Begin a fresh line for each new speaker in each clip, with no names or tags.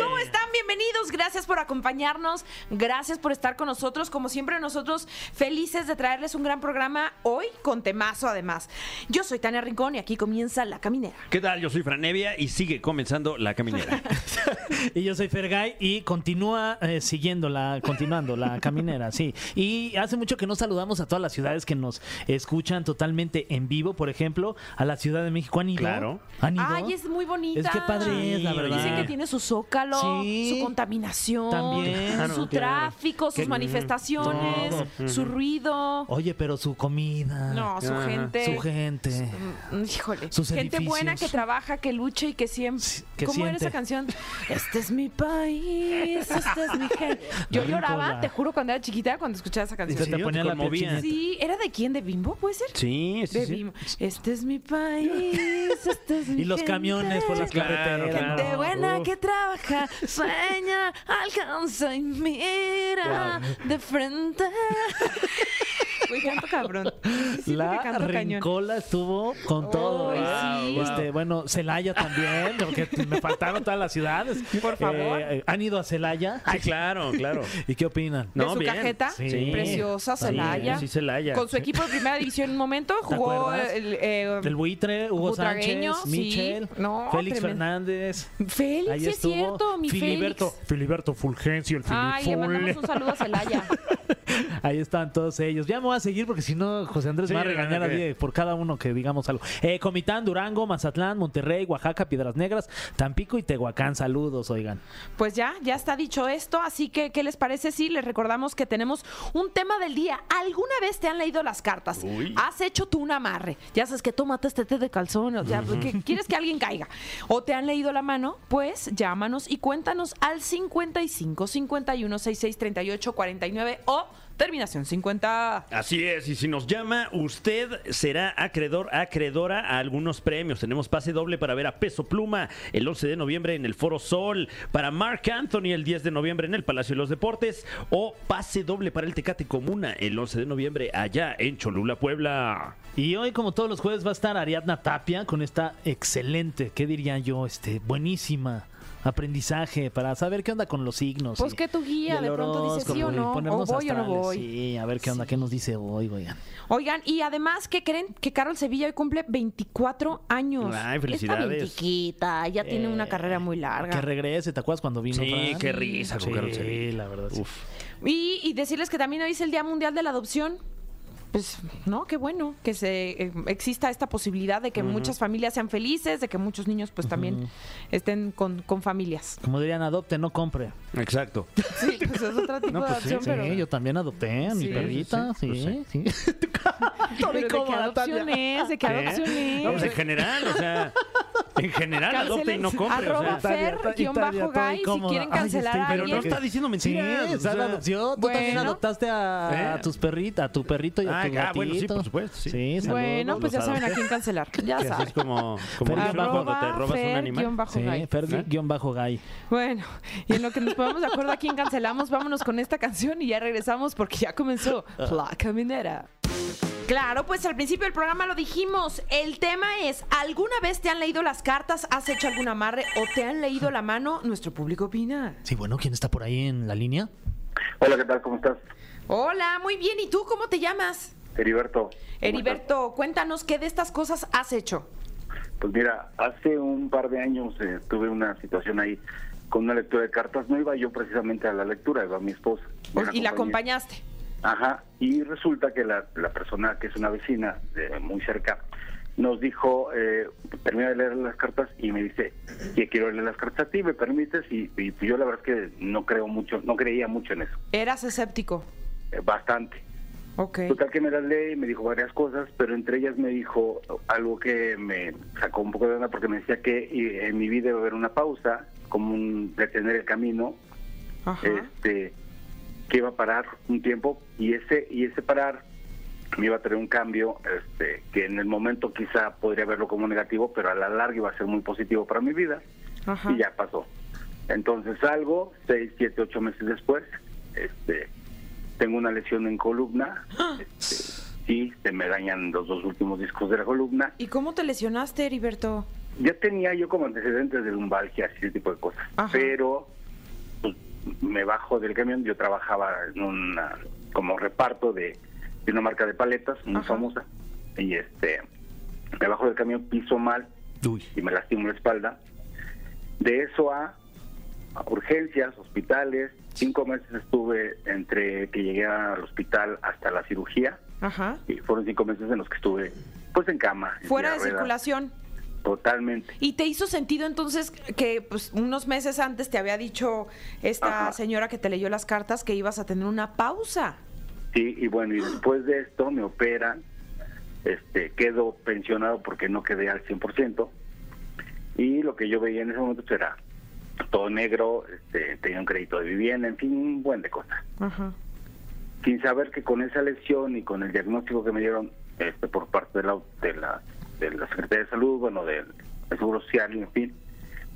¿Cómo están? Bienvenidos, gracias por acompañarnos, gracias por estar con nosotros. Como siempre, nosotros felices de traerles un gran programa hoy con temazo además. Yo soy Tania Rincón y aquí comienza La Caminera.
¿Qué tal? Yo soy Franevia y sigue comenzando la caminera.
Y yo soy Fergay y continúa eh, siguiendo la, continuando la caminera, sí. Y hace mucho que no saludamos a todas las ciudades que nos escuchan totalmente en vivo, por ejemplo, a la Ciudad de México. ¿Han ido?
Claro.
¿Han ido?
Ay, es muy bonita.
Es que padre es, la
Sí,
verdad.
Dicen que tiene su zócalo,
Sí.
su contaminación,
También.
su
Claro, que-
tráfico, sus
que-
manifestaciones, su ruido,
Oye, pero su comida.
no, su
Ajá.
gente.
Ah. Su gente.
Mm, Híjole,
Sus
gente buena que
edificios.
trabaja, que lucha y que siempre.
Sí, que
¿Cómo era
siente.
esa canción? Este es mi país, esta es mi gente. Yo
Rincola.
lloraba, te juro, cuando era chiquita, cuando escuchaba esa
Y se
canción.
te
serio?
ponía
¿Te
la piel
conmovía?
chinita.
Sí, ¿era de quién? ¿De Bimbo? ¿Puede ser?
Sí,
De Bimbo. Este es mi país, esta es mi
Y los
gente.
camiones por las
Sí, claro,
carreteras.
claro.
Gente buena
Uf.
que trabaja, sueña, alcanza y mira de frente. Uy, canto cabrón. Sí, siento que
La
canto cañón.
Rincola estuvo con todo.
Ay,
¿eh?
sí.
Este, bueno, Celaya también, porque me faltaron todas las ciudades.
Por favor.
Eh, ¿Han ido a Celaya?
Sí, claro, claro.
¿Y qué opinan?
de
No,
su
bien.
cajeta,
Sí.
preciosa,
Sí,
Celaya.
sí, Celaya.
Con su equipo de primera división en un momento jugó
acuerdas?
el, eh,
El buitre, Hugo
Butragueño,
Sánchez,
sí.
Michel,
No,
Félix
tremendo.
Fernández.
Félix,
Ahí
sí es
estuvo.
cierto, mi
Filiberto,
Félix.
Filiberto Fulgencio, el
Ay, le mandamos un
Filifule.
saludo a Celaya.
Ahí están todos ellos. Ya me voy a seguir porque si no, José Andrés
Sí,
me va a
la
regañar
verdad
a
que-
10 por cada uno que digamos algo. Eh, Comitán, Durango, Mazatlán, Monterrey, Oaxaca, Piedras Negras, Tampico y Tehuacán. Saludos, oigan.
Pues ya, ya está dicho esto, así que ¿qué les parece si les recordamos que tenemos un tema del día? ¿Alguna vez te han leído las cartas?
Uy.
¿Has hecho tú un amarre? Ya sabes que tómate este té de calzón, o sea, que quieres que alguien caiga. ¿O te han leído la mano? Pues llámanos y cuéntanos al 55 51 66 38 49 o terminación 50.
Así es, y si nos llama, usted será acreedor, acreedora a algunos premios. Tenemos pase doble para ver a Peso Pluma el 11 de noviembre en el Foro Sol, para Mark Anthony el 10 de noviembre en el Palacio de los Deportes, o pase doble para el Tecate Comuna el 11 de noviembre allá en Cholula, Puebla.
Y hoy, como todos los jueves, va a estar Ariadna Tapia con esta excelente, ¿qué diría yo? Este, buenísima aprendizaje para saber qué onda con los signos.
Pues
y-
que tu guía
y el
de pronto dice
horóscopo
sí o
y
no, o
ponernos
voy o no
astrales.
voy.
Sí, a ver qué onda, qué nos dice hoy, oigan.
Oigan, y además, ¿qué creen? Que Carol Sevilla hoy cumple 24 años.
Ay,
Está bien
felicidades.
chiquita, ya tiene una
Eh,
carrera muy larga.
Que regrese, ¿te acuerdas cuando vino?
Sí,
Fran?
qué risa con
Sí,
Carlos Sevilla.
la verdad. sí.
Uf.
Y, y decirles que también hoy es el Día Mundial de la Adopción. Pues, no, qué bueno que se eh, exista esta posibilidad de que muchas familias sean felices, de que muchos niños, pues, también estén con, con familias.
Como dirían, adopte, no compre.
Exacto.
Sí, pues es otro tipo de adopción,
sí,
pero...
yo también adopté a mi
Sí,
perrita.
sí, sí,
Sí, sí.
pero ¿De qué
¿Cómo,
adopción es? ¿De qué adopción es?
pues,
Vamos, en general, o sea, en general adopte y no compre. o sea.
Arroba
Italia,
Fer,
Italia,
guión bajo
Italia,
guy, si
cómoda.
quieren
Ay,
cancelar a
estoy-
Pero no
alguien.
está diciendo
Sí,
mentiras. o
está la
sea.
adopción. Tú también
Bueno.
adoptaste a,
¿Eh?
a tus perritas, a tu perrito y a
Ah,
tu
ah, bueno, sí,
gatito.
por supuesto, sí.
saludos,
Bueno, pues
los
ya saben a
adopté.
quién cancelar. Ya
Que así
saben.
es como, como
Fer-
dicen cuando te robas un
Fer, guión
animal.
bajo
Sí,
guy.
¿Eh?
Ferdi-Gay.
Bueno, y en lo que nos ponemos de acuerdo a quién cancelamos, vámonos con esta canción y ya regresamos porque ya comenzó La Caminera. Claro, pues al principio del programa lo dijimos. El tema es, ¿alguna vez te han leído las cartas? ¿Has hecho algún amarre o te han leído la mano? Nuestro público opina.
Sí, bueno, ¿quién está por ahí en la línea?
Hola, ¿qué tal? ¿Cómo estás?
Hola, muy bien. ¿Y tú cómo te llamas?
Heriberto. ¿Cómo
Heriberto, cuéntanos qué de estas cosas has hecho.
estás? Pues mira, hace un par de años eh, tuve una situación ahí con una lectura de cartas. No iba yo precisamente a la lectura, iba mi esposa.
Oh,
Me
y la
acompañé.
acompañaste.
Ajá, y resulta que la, la persona que es una vecina de muy cerca nos dijo, eh, termina de leer las cartas y me dice, que quiero leer las cartas a ti, ¿me permites? Y, y yo la verdad es que no creo mucho, no creía mucho en eso,
Eras escéptico.
eh, bastante.
Ok.
Total Pues que me las leí y me dijo varias cosas, pero entre ellas me dijo algo que me sacó un poco de onda porque me decía que eh, en mi vida iba a haber una pausa, como un detener el camino,
Ajá.
este, que iba a parar un tiempo y ese y ese parar me iba a traer un cambio, este, que en el momento quizá podría verlo como negativo, pero a la larga iba a ser muy positivo para mi vida
Ajá.
y ya pasó. Entonces salgo, seis, siete, ocho meses después, este, tengo una lesión en columna,
¡Ah!
este, sí, se me dañan los dos últimos discos de la columna.
¿Y cómo te lesionaste, Heriberto?
Ya tenía yo como antecedentes de lumbalgia, ese tipo de cosas,
Ajá.
pero pues, me bajo del camión, yo trabajaba en una, como reparto de, de una marca de paletas muy
Ajá.
famosa, y este, me bajo del camión, piso mal,
Uy.
y me lastimo la espalda. De eso a, a urgencias, hospitales. Cinco meses estuve entre que llegué al hospital hasta la cirugía.
Ajá.
Y fueron cinco meses en los que estuve pues en cama. en
Fuera de
silla ruedas,
circulación.
Totalmente.
¿Y te hizo sentido entonces que pues, unos meses antes te había dicho esta
Ajá.
señora que te leyó las cartas que ibas a tener una pausa?
Sí, y bueno, y después de esto me operan, este, quedo pensionado porque no quedé al 100%, y lo que yo veía en ese momento pues, era todo negro, este, tenía un crédito de vivienda, en fin, un buen de cosas.
Ajá.
sin saber que con esa lesión y con el diagnóstico que me dieron este, por parte de la, de la de la Secretaría de Salud, bueno, del, del Seguro Social, en fin,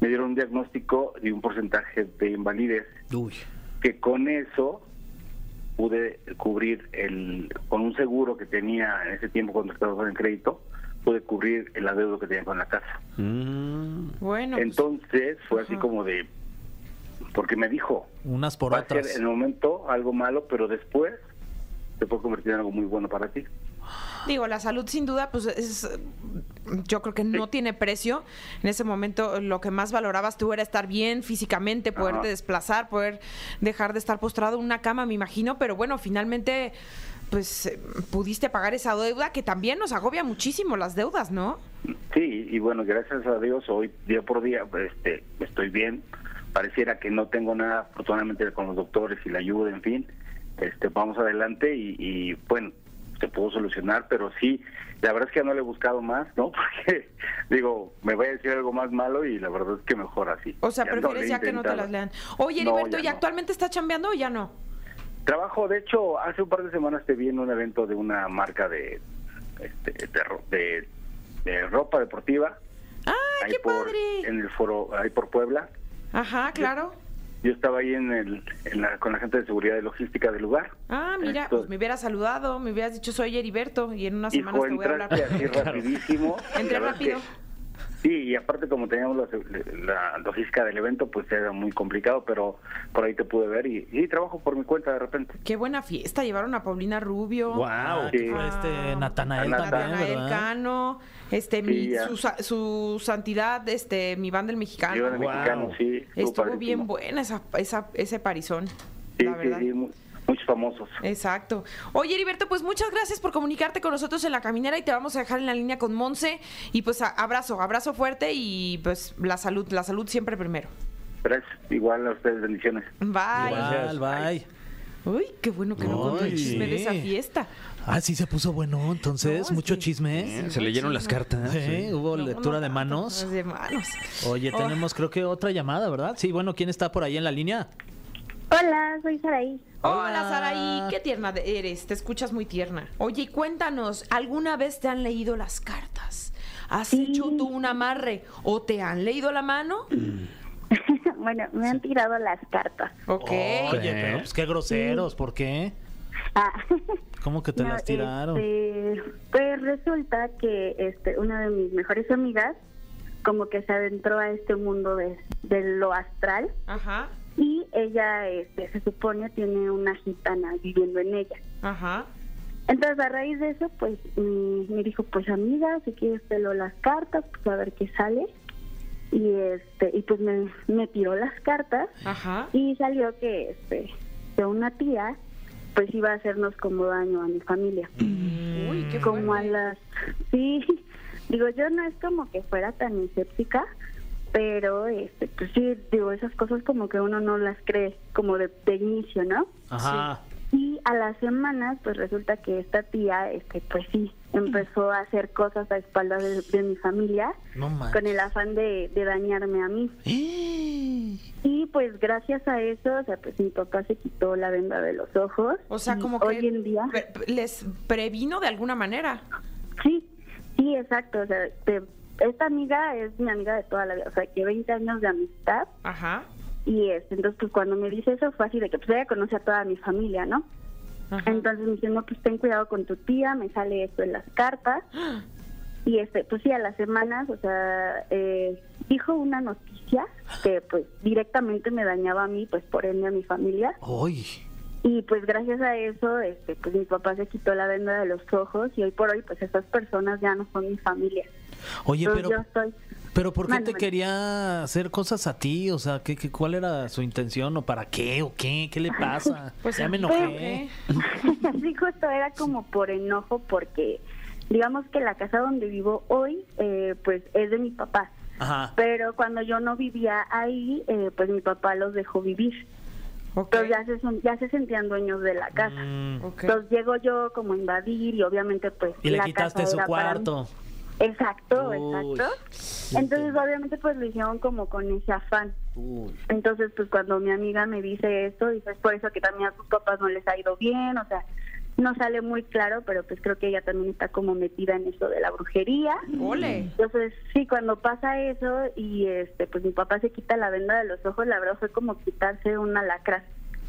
me dieron un diagnóstico de un porcentaje de invalidez
Uy.
que con eso pude cubrir el con un seguro que tenía en ese tiempo contratado con el crédito, pude cubrir el adeudo que tenía con la casa.
Bueno. pues,
Entonces fue así
Ajá.
como de porque me dijo,
Unas por
va a
otras.
ser en el momento algo malo, pero después se puede convertir en algo muy bueno para ti.
Digo, la salud sin duda, pues es, eh, yo creo que no tiene precio. En ese momento lo que más valorabas tú era estar bien físicamente, poderte
Ajá.
desplazar, poder dejar de estar postrado en una cama, me imagino, pero bueno, finalmente pues eh, pudiste pagar esa deuda que también nos agobia muchísimo las deudas, ¿no?
Sí, y bueno, gracias a Dios, hoy día por día pues, este, estoy bien. Pareciera que no tengo nada, afortunadamente, con los doctores y la ayuda, en fin. Este, vamos adelante y, y, bueno, se pudo solucionar, pero sí, la verdad es que ya no le he buscado más, ¿no? Porque, digo, me voy a decir algo más malo y la verdad es que mejor así.
O sea,
Ya no le
prefieres
he
ya que no te
intentado.
las lean. Oye,
No,
Heriberto,
ya
¿y
no.
actualmente estás chambeando o ya no?
Trabajo, de hecho, hace un par de semanas te vi en un evento de una marca de, este, de, ro- de- de ropa deportiva.
¡Ay,
ahí
qué
por,
padre!
En el foro, ahí por Puebla.
Ajá, claro.
Yo estaba ahí en el, en la- con la gente de seguridad y logística del lugar.
Ah, mira,
Esto-
pues me hubieras saludado, me hubieras dicho soy Heriberto y en unas semanas
Hijo,
te voy a hablar.
entraste así rapidísimo. y
Entré
la verdad es que-
rápido.
Sí, y aparte como teníamos la, la logística del evento, pues era muy complicado, pero por ahí te pude ver y, y trabajo por mi cuenta de repente.
Qué buena fiesta, llevaron a Paulina Rubio.
Guau.
Ah,
Sí.
que fue este
Ah,
Natanael
a
también,
Natanael
¿verdad?
Cano, este, mi-
Sí, ya.
su, sa- su santidad, este, mi banda el mexicano.
Yo era
Wow.
mexicano, sí. estuvo
Estuvo
padrísimo.
bien buena esa, esa- ese parizón,
Sí,
la
sí,
verdad.
sí, mu- muchos famosos.
Exacto. Oye, Heriberto, pues muchas gracias por comunicarte con nosotros en la caminera y te vamos a dejar en la línea con Monse. Y pues a- abrazo, abrazo fuerte y pues la salud, la salud siempre primero.
Gracias, igual a ustedes, bendiciones.
Bye.
Igual, bye.
Uy, qué bueno que no contó el
Ay.
chisme de esa fiesta.
Ah, sí se puso bueno, entonces,
No,
mucho
sí.
chisme. ¿eh?
Se leyeron las
cartas.
Sí, hubo
No,
lectura
no
de
tanto,
manos.
De manos.
Oye,
Oh.
tenemos creo que otra llamada, ¿verdad? Sí, bueno, ¿quién está por ahí en la línea?
Hola, soy Saraí.
Hola,
Hola.
Saraí, qué tierna de- eres, te escuchas muy tierna. Oye, y cuéntanos, ¿alguna vez te han leído las cartas? ¿Has hecho tú un amarre o te han leído la mano?
bueno, me han tirado las cartas.
Ok.
Oye, pero pues qué groseros, ¿por qué?
Ah,
¿Cómo que te
no,
las tiraron?
este, pues resulta que este, una de mis mejores amigas como que se adentró a este mundo de, de lo astral
Ajá,
y ella este, se supone tiene una gitana viviendo en ella.
ajá.
Entonces a raíz de eso pues mm, me dijo pues amiga si quieres te leo las cartas pues a ver qué sale y este y pues me, me tiró las cartas
Ajá.
Y salió que este, que una tía pues iba a hacernos como daño a mi familia.
Uy, qué
Como a
fuerte.
las sí, digo yo no es como que fuera tan escéptica, pero este pues sí, digo esas cosas como que uno no las cree como de, de inicio, ¿no?
Ajá.
Y a las semanas pues resulta que esta tía este pues sí empezó a hacer cosas a espaldas de, de mi familia
No manches. ¡Ah!
con el afán de, de dañarme a mí. Y pues gracias a eso, o sea, pues mi papá se quitó la venda de los ojos.
O sea,
Y
como que
Hoy en día.
pre- pre- les previno de alguna manera.
Sí, sí, exacto. O sea, te- esta amiga es mi amiga de toda la vida. O sea, que 20 años de amistad.
Ajá.
Y este, entonces, pues cuando me dice eso fue así de que pues ella conoce a toda mi familia, ¿no?
Ajá.
Entonces me dice, no, pues ten cuidado con tu tía, me sale esto en las cartas. Y este, pues sí, a las semanas, o sea, eh, dijo una noticia que pues directamente me dañaba a mí, pues por ende a mi familia.
¡Ay!
Y pues gracias a eso, este, pues mi papá se quitó la venda de los ojos y hoy por hoy, pues esas personas ya no son mi familia.
Oye,
Entonces,
pero,
Pues yo estoy...
pero ¿por qué
Mande,
te
mande.
quería hacer cosas a ti? O sea, ¿qué, qué, cuál era su intención o para qué o qué? ¿Qué le pasa?
Pues
ya me
sí,
enojé.
Sí, justo era como por enojo, porque digamos que la casa donde vivo hoy, eh, pues es de mi papá.
Ajá.
Pero cuando yo no vivía ahí, eh, pues mi papá los dejó vivir.
ok,
Entonces ya se, sen- ya se sentían dueños de la casa.
Mm,
ok.
Entonces llego yo como a invadir y obviamente pues...
y le
la
quitaste
casa
su
era para mí.
cuarto.
Exacto,
Uy,
exacto.
entiendo.
Entonces obviamente pues lo hicieron como con ese afán.
Uy.
Entonces, pues cuando mi amiga me dice esto, dice, es por eso que también a sus papás no les ha ido bien, o sea, no sale muy claro, pero pues creo que ella también está como metida en eso de la brujería.
Ole.
Entonces, sí, cuando pasa eso y este, pues mi papá se quita la venda de los ojos, la verdad fue como quitarse una lacra.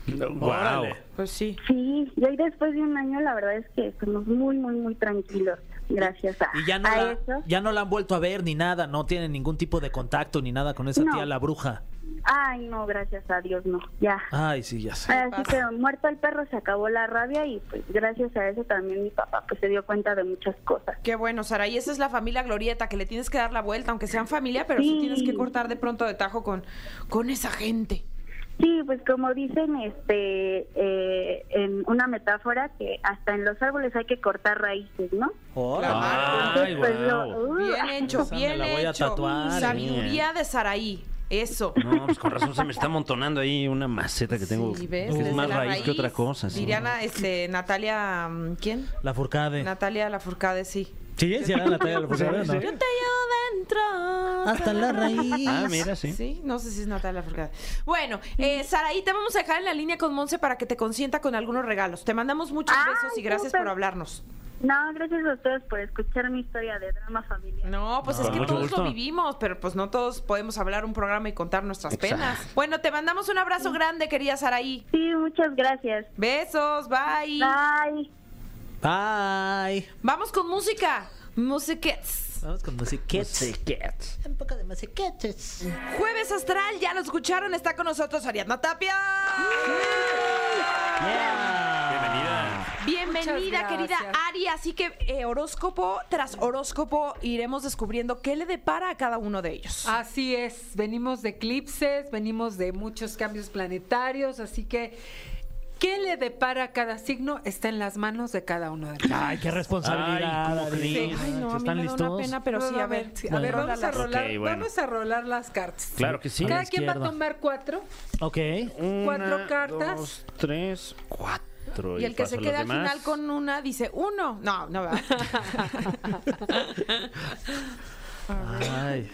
Wow.
Pues sí.
Sí, y hoy después de un año, la verdad es que estamos muy, muy, muy tranquilos, gracias a,
Y ya no,
a
la,
eso.
ya no la han vuelto a ver ni nada, no tienen ningún tipo de contacto ni nada con esa
No.
tía, la bruja.
Ay, no, gracias a Dios, no, ya.
Ah,
Ay, sí, ya sé.
Así que muerto el perro se acabó la rabia y pues gracias a eso también mi papá pues se dio cuenta de muchas cosas.
Qué bueno, Sara. Y esa es la familia Glorieta, que le tienes que dar la vuelta, aunque sean familia, pero sí,
Sí.
tienes que cortar de pronto de tajo con, con esa gente.
Sí, pues como dicen este eh, en una metáfora que hasta en los árboles hay que cortar raíces, ¿no?
Órale.
Ay,
Entonces, pues,
guau.
lo- uh,
Bien hecho,
Esa me
bien
la voy a
hecho.
tatuar,
Sabiduría de Saraí. Eso.
eh. No, pues con razón se me está amontonando ahí una maceta que tengo.
Sí, ¿ves?
Que
Desde
es más
la
raíz, que otra cosa. sí.
Diría na- este, Natalia, mm, ¿quién?
La furcade.
Natalia Lafourcade, sí.
Sí, sí, era la talla de la furcade. ¿no?
Yo te llevo dentro.
Hasta la raíz.
Ah, mira, sí.
Sí, no sé si es Natalia Forcada. Bueno, eh, Saraí, te vamos a dejar en la línea con Monse para que te consienta con algunos regalos. Te mandamos muchos
Ah, Ay,
besos y gracias
súper.
por hablarnos.
No, gracias a ustedes por escuchar mi historia de drama familiar.
No, pues es
con
que
mucho
todos
gusto.
lo vivimos, pero pues no todos podemos hablar un programa y contar nuestras
Exacto.
penas. Bueno, te mandamos un abrazo grande, querida Saraí.
Sí, muchas gracias.
Besos, bye.
Bye.
Bye.
Vamos con música. Musiquets.
Vamos con
Pues
musiquetes. Un poco de musiquetes.
Jueves Astral, ya lo escucharon, está con nosotros Ariadna Tapia. Ah,
Bienvenida.
Bienvenida,
Muchas
querida
gracias.
Ari. Así que eh, horóscopo tras horóscopo iremos descubriendo qué le depara a cada uno de ellos.
Así es, venimos de eclipses, venimos de muchos cambios planetarios, así que ¿qué le depara a cada signo? Está en las manos de cada uno de nosotros.
Ay, qué responsabilidad.
Ay, ¿cómo
Ari.
crees?
Ay, no, a mí
¿Están
me
listos?
da una pena, pero sí, a ver.
Sí, a
Bueno.
ver, vamos a
rólalas.
rolar,
Ok, bueno.
vamos a rolar las cartas.
Claro que sí.
A
Cada
la
quien va a
izquierda.
tomar cuatro.
Ok.
Cuatro
Una,
cartas.
Dos, tres, cuatro.
Y el que
paso
se
a los
quede al
demás.
final con una dice uno. No, no va.
Ay.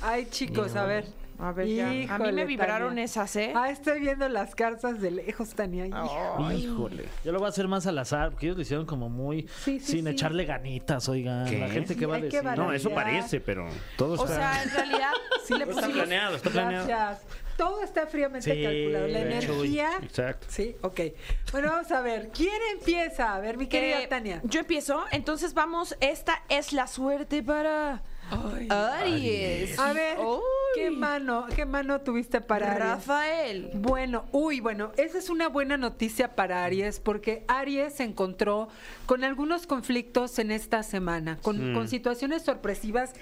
Ay, chicos, a ver.
A ver, ya. A mí me
Híjole,
vibraron
Tania.
esas, ¿eh?
Ah, estoy viendo las cartas de lejos, Tania.
Ah,
Hijo.
Híjole. Yo lo voy a hacer más al azar, porque ellos lo hicieron como muy
Sí, sí,
sin
sí.
echarle ganitas, oigan.
¿Qué?
La gente que va a
Hay que
decir.
variar.
No, eso
Realidad.
parece, pero todo
O
está...
sea, en realidad sí le
está
pusimos.
planeado, está planeado.
Gracias. Todo está fríamente
Sí,
calculado. La
de hecho,
energía.
Exacto.
Sí, ok. Bueno, vamos a ver. ¿Quién empieza? A ver, mi querida
Eh,
Tania.
Yo empiezo, entonces vamos, esta es la suerte para Aries.
A ver,
Uy.
¿qué mano, qué mano tuviste para Aries?
Rafael.
Bueno, uy, bueno, esa es una buena noticia para Aries, porque Aries se encontró con algunos conflictos en esta semana, con, con situaciones sorpresivas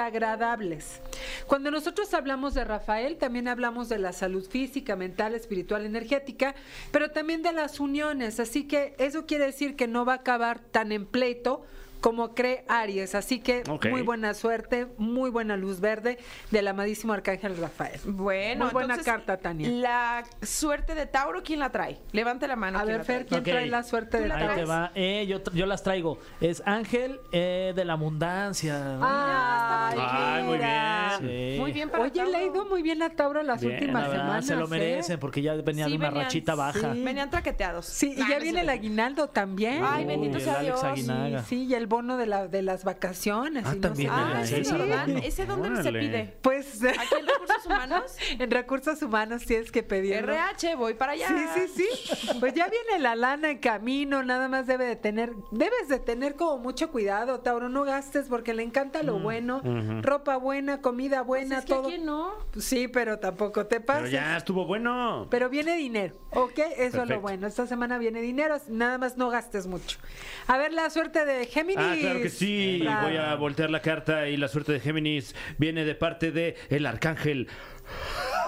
desagradables. Cuando nosotros hablamos de Rafael, también hablamos de la salud física, mental, espiritual, energética, pero también de las uniones, así que eso quiere decir que no va a acabar tan en pleito como cree Aries, así que
Ok.
muy buena suerte, muy buena luz verde del amadísimo arcángel Rafael.
Bueno,
Muy buena
entonces,
carta, Tania.
La suerte de Tauro, ¿quién la trae? Levante la mano.
A
¿quién
ver,
la
Fer,
trae?
¿quién trae la suerte de
¿Tú la
Ahí te
Tauro?
traes?
va. Eh, yo, tra- yo las traigo. Es Ángel eh, de la Abundancia.
Ah, Ay,
Ay, muy
mira.
bien.
Sí.
Muy bien para
Oye, le ha ido muy bien a Tauro las
Bien,
últimas
La verdad,
semanas.
se lo
¿eh?
merecen, porque ya venía
Sí,
de una
venían-
rachita baja.
Venían traqueteados. Nah,
Sí, y ya
no
viene
se
el
crean.
aguinaldo también.
Ay,
Uy,
bendito sea
el Alex
Dios.
Aguinaga.
Sí, y el bono de, la, de las vacaciones.
Ah,
y no
también
sé-
en la-
Ah,
Ay,
sí,
esa
¿verdad?
también.
¿Ese dónde se
Órale.
pide?
Pues
¿Aquí en recursos humanos?
en recursos humanos tienes que pedirlo.
RH, voy para allá.
Sí, sí, sí. Pues ya viene la lana en camino, nada más debe de tener, debes de tener como mucho cuidado, Tauro, no gastes porque le encanta lo bueno, ropa buena, comida
Pues
buena,
es que
todo.
aquí no.
Sí, pero tampoco te
Pero
pases.
ya estuvo bueno.
Pero viene dinero, ¿ok? Eso es
Perfecto.
lo bueno. Esta semana viene dinero, nada más no gastes mucho. A ver la suerte de Géminis.
Ah, claro que sí.
Bravo.
Voy a voltear la carta y la suerte de Géminis viene de parte de el arcángel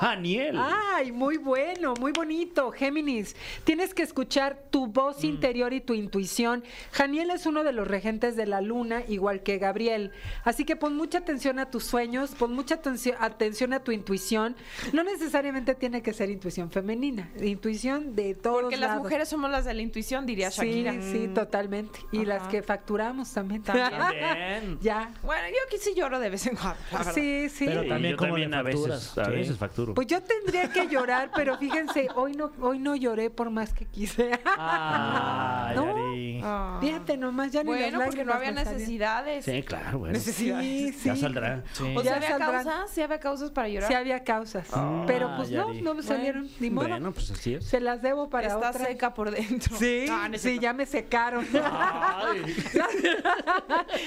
Aniel.
Ay, muy bueno, muy bonito, Géminis. Tienes que escuchar tu
Mm.
voz interior y tu intuición. Janiel es uno de los regentes de la luna, igual que Gabriel. Así que pon mucha atención a tus sueños, pon mucha atencio- atención a tu intuición. No necesariamente tiene que ser intuición femenina, intuición de todos
Porque las
lados.
mujeres somos las de la intuición, diría
Sí,
Shakira. Mm.
sí, totalmente. Y las
Ajá.
que facturamos también.
También.
ya.
Bueno, yo aquí sí lloro de vez en cuando. la verdad.
Sí, sí.
Pero
Y
también
yo
como
también
le
a veces,
facturas,
a
sí.
veces facturo.
Pues yo tendría que llorar, pero fíjense, hoy no, hoy no lloré por más que quise.
Ay,
No.
Ari.
Ah.
Fíjate nomás, ya ni
Bueno,
las
porque no
lágrimas
había
me salían.
necesidades.
sí, claro, bueno.
Necesidades.
Sí, sí.
Ya saldrá.
Sí.
O sea,
Ya
había
saldrán.
causas, sí había causas para llorar.
Sí había causas.
Ah,
pero pues no,
Yari.
no me salieron ni modo.
Bueno, pues así es.
Se las debo para
Está
otra.
seca por dentro.
Sí,
Ah, no es
sí,
cierto.
ya me secaron. La,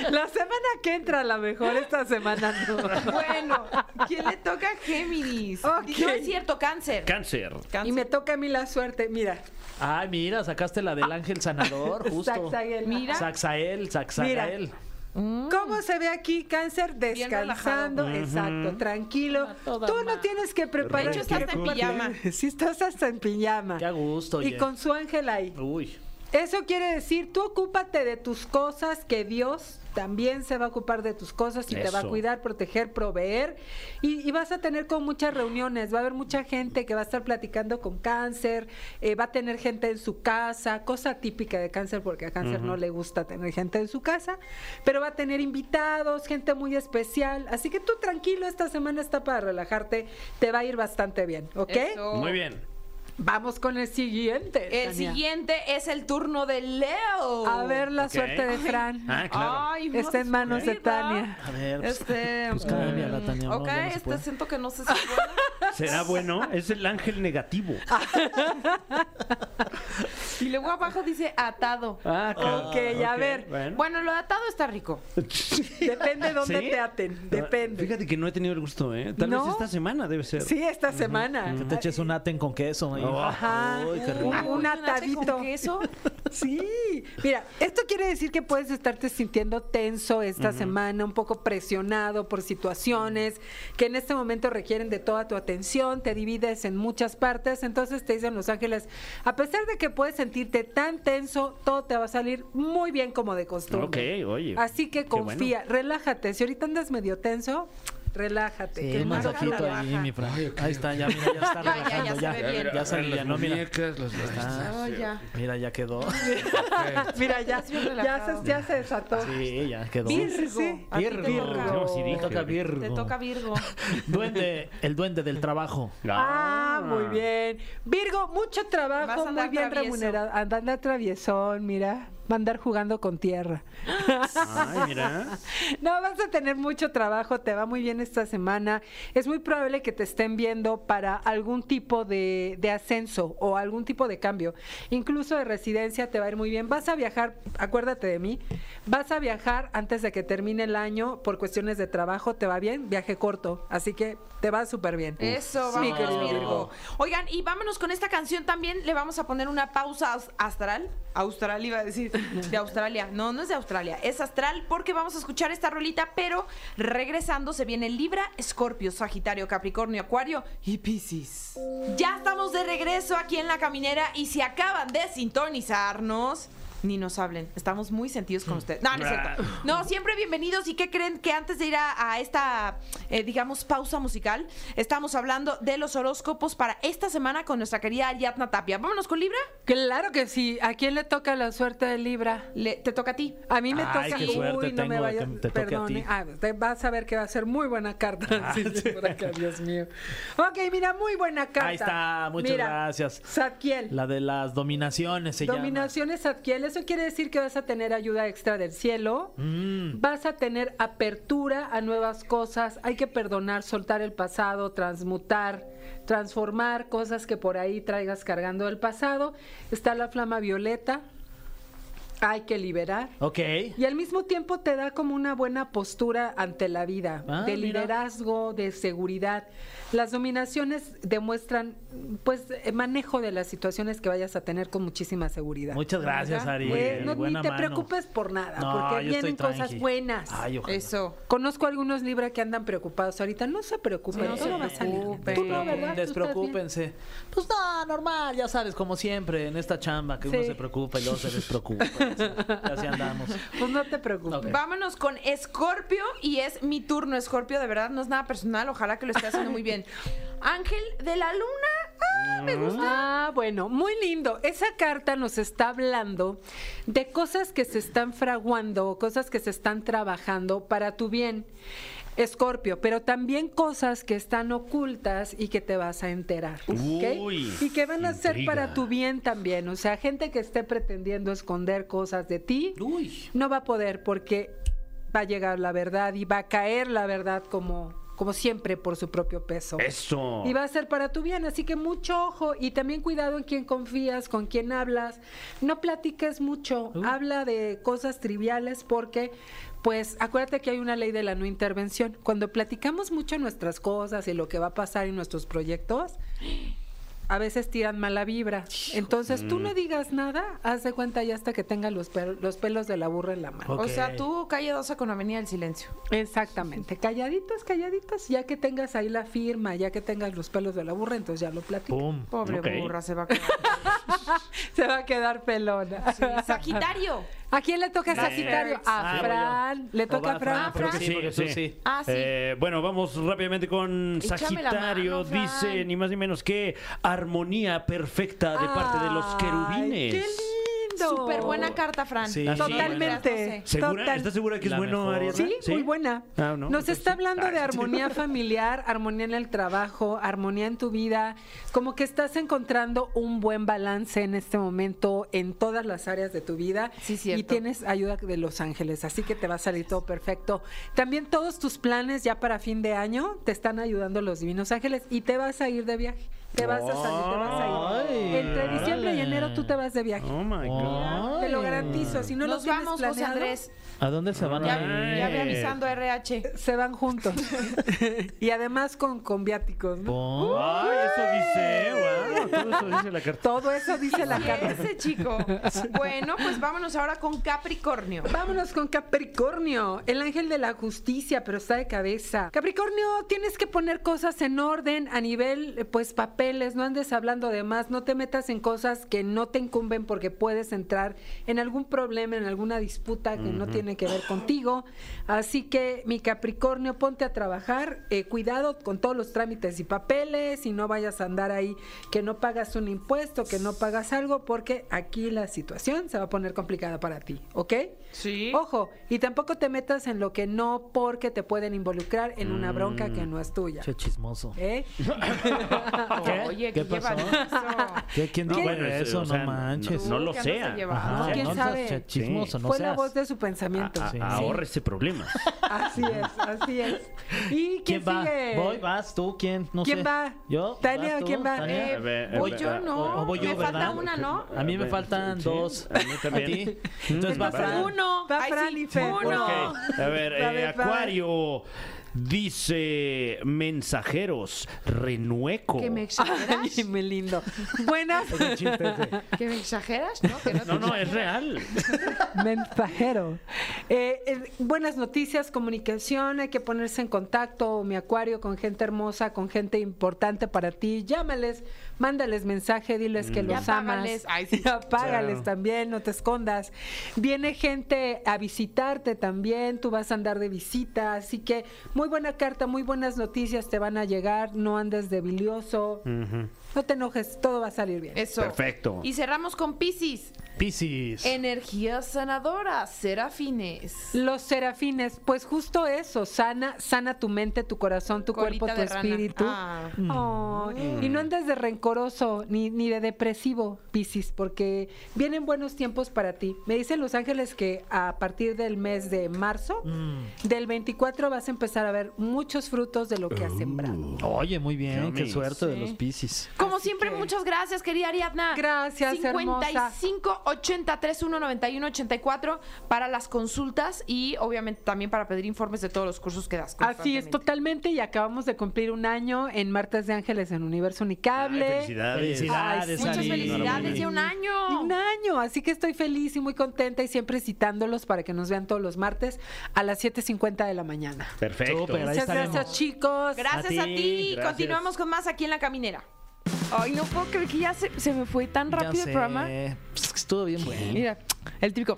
la semana que entra, a lo mejor esta semana no.
Bueno, ¿quién le toca a Géminis?
Ok.
No es cierto, cáncer.
Cáncer.
Cáncer.
Y me toca a mí la suerte. Mira,
Ay, mira, sacaste la del ángel sanador, justo.
Saxaguela.
Mira. Mm.
Saxael, Saxael.
¿Cómo se ve aquí cáncer?
Bien
Descansando, exacto, tranquilo.
toda
Tú no
madre.
tienes que preparar.
hecho, estás en pijama.
Sí, estás hasta en pijama.
Qué a gusto,
Y
oye.
con su ángel ahí.
Uy.
Eso quiere decir, tú ocúpate de tus cosas, que Dios también se va a ocupar de tus cosas y te va a
Eso.
cuidar, proteger, proveer. Y, y vas a tener con muchas reuniones, va a haber mucha gente que va a estar platicando con cáncer, eh, va a tener gente en su casa, cosa típica de cáncer, porque a cáncer no le gusta tener gente en su casa, pero va a tener invitados, gente muy especial. Así que tú tranquilo, esta semana está para relajarte, te va a ir bastante bien, ¿ok?
Eso.
Muy bien.
Vamos con el siguiente.
El
Tania.
siguiente es el turno de Leo.
A ver la
Ok.
suerte de Fran.
Ah, claro.
Ay, no,
Está en manos de
descuida.
Tania.
A ver, pues,
Este.
pues cámbiala,
mm,
Tania, no,
ok,
ya no se
este
puede.
siento que no sé si es bueno.
¿Será bueno? Es el ángel negativo.
Ah,
Y luego abajo dice atado.
Ah, claro.
Ok, a ver.
Bueno.
Bueno, lo de atado está rico.
Depende de dónde
¿Sí? Ah,
te aten. Depende.
Fíjate que no he tenido el gusto, ¿eh? Tal
¿No?
vez esta semana debe ser.
Sí, esta semana.
Que te eches un aten con queso. ahí.
Oh.
ah,
Ajá.
Uy, qué rico.
Un-
Ay,
un
nache
atadito.
Con queso.
Sí. Mira, esto quiere decir que puedes estarte sintiendo tenso esta semana, un poco presionado por situaciones que en este momento requieren de toda tu atención, te divides en muchas partes, entonces te dicen Los Ángeles, a pesar de que puedes sentirte tan tenso, todo te va a salir muy bien como de costumbre.
Ok, oye,
Así que
qué bueno.
confía, relájate. Si ahorita andas medio tenso, relájate.
Sí,
que
un
el mundo
masajito
fluye.
ahí, mi Fran. Ahí está, ya, mira, ya está
Ya, ya,
relajando.
ya se
Ya,
ve
ya,
bien.
ya se
las
alivianó, mira.
muñecas, los
Ah, ya.
Mira, ya quedó.
Mira, ya,
Estás bien
ya,
relajado.
se, ya se desató.
Sí, ya quedó.
Virgo.
Sí. A ti te
Virgo.
toca.
No, sí dije.
Toca Virgo.
Te toca Virgo.
Duende, el duende del trabajo.
Ah, muy bien. Virgo, mucho
Vas a
trabajo,
andar
muy bien
travieso.
remunerado. Andando a traviesón, mira. Va a andar jugando con tierra.
Ay, mira.
No, vas a tener mucho trabajo, te va muy bien esta semana. Es muy probable que te estén viendo para algún tipo de, de ascenso o algún tipo de cambio. Incluso de residencia te va a ir muy bien. Vas a viajar, acuérdate de mí, vas a viajar antes de que termine el año por cuestiones de trabajo, te va bien, viaje corto, así que te va súper bien.
Eso,
Mi
vamos,
querido
Virgo. Oigan, y vámonos con esta canción también. Le vamos a poner una pausa aus- astral. Austral, iba a decir. De Australia. No, no es de Australia. Es astral porque vamos a escuchar esta rolita, pero regresando se viene Libra, Escorpio, Sagitario, Capricornio, Acuario y Piscis. Ya estamos de regreso aquí en La Caminera y si acaban de sintonizarnos... Ni nos hablen, estamos muy sentidos con ustedes. No, no es cierto. No, siempre bienvenidos. ¿Y qué creen que antes de ir a, a esta, eh, digamos, pausa musical, estamos hablando de los horóscopos para esta semana con nuestra querida Yatna Tapia? Vámonos con Libra.
Claro que sí. ¿A quién le toca la suerte de Libra?
Le- te toca a ti.
A mí me
Ay,
toca.
qué suerte
Uy, no me
tengo de
vayas.
que te toque a
Perdone.
ti. Ah,
Ah, usted va a saber que va a ser muy buena carta. Sí, sí, por acá, Dios mío. Ok, mira, muy buena carta.
Ahí está, muchas
Mira,
gracias.
Zadkiel.
La de las dominaciones se llama.
Dominaciones Zadkiel es Eso quiere decir que vas a tener ayuda extra del cielo,
Mm.
vas a tener apertura a nuevas cosas, hay que perdonar, soltar el pasado, transmutar, transformar cosas que por ahí traigas cargando del pasado. Está la flama violeta, hay que liberar.
Ok.
Y al mismo tiempo te da como una buena postura ante la vida,
Ah,
de
mira.
liderazgo, de seguridad. Las dominaciones demuestran pues eh, manejo de las situaciones que vayas a tener con muchísima seguridad.
Muchas gracias, Ari.
Eh, no, ni
Buena
te
mano.
preocupes por nada,
No, yo
porque
estoy
vienen cosas
tranqui.
buenas.
Ay, ojalá.
Eso.
Conozco algunos Libra que andan preocupados ahorita. No se preocupen,
No
todo
se
va a salir.
preocupen.
Tú no, ¿verdad? Tú estás bien.
Este, Despreocúpense. Pues no, normal, ya sabes, como siempre, en esta chamba que uno
Sí.
se preocupa y luego se despreocupa. y así andamos.
Pues no te preocupes.
Ok.
Vámonos con Escorpio y es mi turno, Escorpio. De verdad, no es nada personal. Ojalá que lo esté haciendo muy bien. Ángel de la Luna. Ah, me gusta.
Ah, bueno, muy lindo. Esa carta nos está hablando de cosas que se están fraguando, cosas que se están trabajando para tu bien, Escorpio, pero también cosas que están ocultas y que te vas a enterar. ¿ok?
Uy,
y que van a ser
intriga.
para tu bien también. O sea, gente que esté pretendiendo esconder cosas de ti,
Uy.
no va a poder porque va a llegar la verdad y va a caer la verdad como, como siempre por su propio peso.
Eso.
Y va a ser para tu bien, así que mucho ojo y también cuidado en quién confías, con quién hablas. No platiques mucho, habla de cosas triviales porque, pues, acuérdate que hay una ley de la no intervención. Cuando platicamos mucho nuestras cosas y lo que va a pasar en nuestros proyectos, a veces tiran mala vibra. Entonces, tú no digas nada, haz de cuenta ya hasta que tengas los, pel- los pelos de la burra en la mano.
Ok.
O sea, tú calle 12 con Avenida del Silencio.
Exactamente, calladitos, calladitos, ya que tengas ahí la firma, ya que tengas los pelos de la burra, entonces ya lo platicas.
Pum.
Pobre
Ok.
burra, se va a quedar.
Se va a quedar pelona.
Sí, Sagitario.
¿A quién le toca Sagitario?
Ah,
A
voy yo.
Fran. ¿Le
No,
toca
va
a Fran?
Ah,
Creo que
Fran.
sí, porque tú sí.
Ah, sí.
Eh, bueno, vamos rápidamente con
Échame la
Sagitario.
mano, Fran.
Dice ni más ni menos que armonía perfecta de parte de los
Ay,
querubines.
¡Qué lindo!
Súper buena carta, Fran.
Sí.
Totalmente.
¿Segura?
Total.
¿Estás segura que es
La
bueno,
mejor.
Ariadna?
Sí, muy buena.
Ah, no,
Nos
entonces
está
sí.
hablando
Ah,
de
sí.
armonía familiar, armonía en el trabajo, armonía en tu vida, como que estás encontrando un buen balance en este momento en todas las áreas de tu vida
Sí, cierto.
y tienes ayuda de los ángeles, así que te va a salir todo perfecto. También todos tus planes ya para fin de año te están ayudando los divinos ángeles y te vas a ir de viaje. Te vas a salir, te vas a
Ay,
ir. Entre diciembre y
órale.
enero tú te vas de viaje.
Oh my God.
Te lo garantizo, si no lo
Nos
tienes
vamos, José
planeado,
Andrés.
¿A dónde se van
Ya,
a
ya ve
Eh.
avisando a RH.
se van juntos. y además con, con viáticos, ¿no?
Pum.
Ay, eso dice, wow, Ah, todo eso dice la carta.
Oh. Todo eso dice la
Y
carta.
ese chico. Bueno, pues vámonos ahora con Capricornio.
Vámonos con Capricornio, el ángel de la justicia, pero está de cabeza. Capricornio, tienes que poner cosas en orden a nivel, eh, pues, papeles, no andes hablando de más, no te metas en cosas que no te incumben porque puedes entrar en algún problema, en alguna disputa que no tiene que ver contigo. Así que, mi Capricornio, ponte a trabajar, eh, cuidado con todos los trámites y papeles y no vayas a andar ahí que no pagas un impuesto, que no pagas algo, porque aquí la situación se va a poner complicada para ti, ¿ok?
Sí.
Ojo, y tampoco te metas en lo que no, porque te pueden involucrar en una bronca que no es tuya.
Che chismoso.
¿Eh?
¿Qué?
Oye,
¿Qué
¿qué, llevan
pasó? ¿Qué? ¿Quién dijo eso?
pues, o sea,
no manches.
No, lo
¿Qué andas
sea.
de llevar?
Ajá,
Pues, ¿quién
no seas
sabe?
che- chismoso, no
Fue la
seas. Ah,
voz de su pensamiento.
A-
Sí.
a- Ahorrese problemas.
Así es, así es. ¿Y quién,
¿Quién va?
sigue?
¿Voy? ¿Vas tú? ¿Quién? No
¿Quién
sé.
va?
¿Yo?
¿Tania
¿Vas
o
tú?
quién va?
¿Tania?
Eh,
A ver,
voy
a ver,
yo,
a-
¿no?
o voy yo,
Me falta
¿verdad?
una, ¿no?
A mí me
Sí,
faltan
sí,
dos.
a mí también.
ti? Entonces pues, va
Va
Fran.
uno.
Va
Ay,
Fran
sí,
y Fer.
uno.
Ok, A ver,
Va,
eh,
va, va.
Acuario dice mensajeros renueco.
¿Que me exageras?
Ay, mi lindo. Buenas.
¿Que me exageras? No, que no, te-
No, no, es real.
Mensajero. Eh, eh, buenas noticias, comunicación, hay que ponerse en contacto, mi acuario, con gente hermosa, con gente importante para ti. Llámales, mándales mensaje, diles que
Y
los
apágales.
amas.
Mm. Ay, sí.
Y apágales
Claro.
también, no te escondas. Viene gente a visitarte también, tú vas a andar de visita, así que muy buena carta, muy buenas noticias te van a llegar, no andes
Mm.
debilioso, no te enojes, todo va a salir bien.
Eso.
Perfecto.
Y cerramos con Piscis.
Piscis.
Energías sanadoras, serafines.
Los serafines, pues justo eso, sana, sana tu mente, tu corazón, tu
Colita
cuerpo, tu
de rana.
espíritu.
Ah.
Ay,
Mm.
Y no andes de rencoroso ni, ni de depresivo, Piscis, porque vienen buenos tiempos para ti. Me dicen Los Ángeles que a partir del mes de marzo,
Mm.
del 24, vas a empezar a ver muchos frutos de lo que has
Oh.
sembrado.
Oye, muy bien,
Yummy.
qué suerte de
Sí.
los Piscis.
Como
Así
siempre,
que-
muchas gracias, querida Ariadna.
Gracias,
55 80 31 91 84 para las consultas y obviamente también para pedir informes de todos los cursos que das.
Así es,
constantemente.
totalmente, y acabamos de cumplir un año en Martes de Ángeles en Universo Unicable.
Ay, felicidades.
Felicidades,
Muchas
Ari.
felicidades,
Enhorabuena.
ya un año.
Un año, así que estoy feliz y muy contenta y siempre citándolos para que nos vean todos los martes a las 7.50 de la mañana.
Perfecto.
Súper, ahí
Muchas
estaremos.
gracias chicos.
Gracias a
A
ti.
ti, gracias.
Continuamos con más aquí en La Caminera. Ay, no puedo creer que ya se, se me fue tan
Ya
rápido
sé.
el programa.
Pues, que estuvo bien bueno.
Mira, el típico.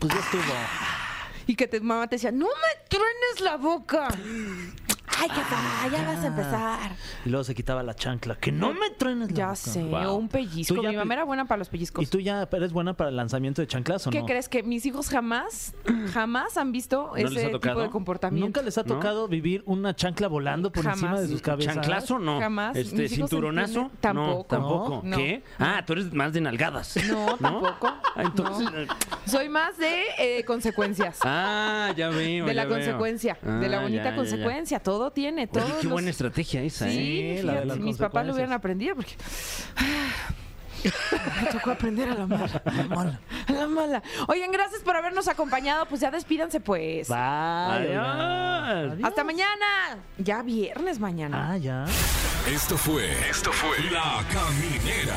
Pues ya estuvo.
Y que tu mamá te decía, no me truenes la boca. Ay, papá, ya
Ah,
vas a empezar.
Y luego se quitaba la chancla. Que no me truenes la
Ya
boca.
sé,
Wow.
o un pellizco.
Tú ya
Mi mamá
pe-
era buena para los pellizcos.
¿Y tú ya eres buena para el lanzamiento de chanclas o
¿Qué
no?
crees? Que mis hijos jamás, jamás han visto
les ha
ese tipo
tocado?
de comportamiento.
¿Nunca les ha
¿No?
tocado vivir una chancla volando por
Jamás.
encima de sus cabezas?
¿Chanclazo no?
Jamás.
Este,
Mis hijos
¿Cinturonazo?
entienden- Tampoco.
No, tampoco.
No.
¿Qué? Ah, tú eres más de nalgadas.
No, tampoco.
Ah, entonces.
Soy más de eh, consecuencias.
Ah, ya veo.
de la
ya veo.
consecuencia, de la
Ah,
bonita
ya, ya, ya.
consecuencia. Todo tiene, todo.
Oye, qué buena estrategia esa, ¿eh?
Sí,
Sí, la de
fíjate,
las
si mis papás lo
consecuencias.
hubieran aprendido porque. ah, Me tocó aprender a la mala. A la mala. a la mala. Oigan, gracias por habernos acompañado. Pues ya despídanse, pues.
Vale.
Adiós.
Adiós.
Hasta mañana. Ya viernes mañana.
Ah, ya.
Esto fue. Esto fue. La Caminera.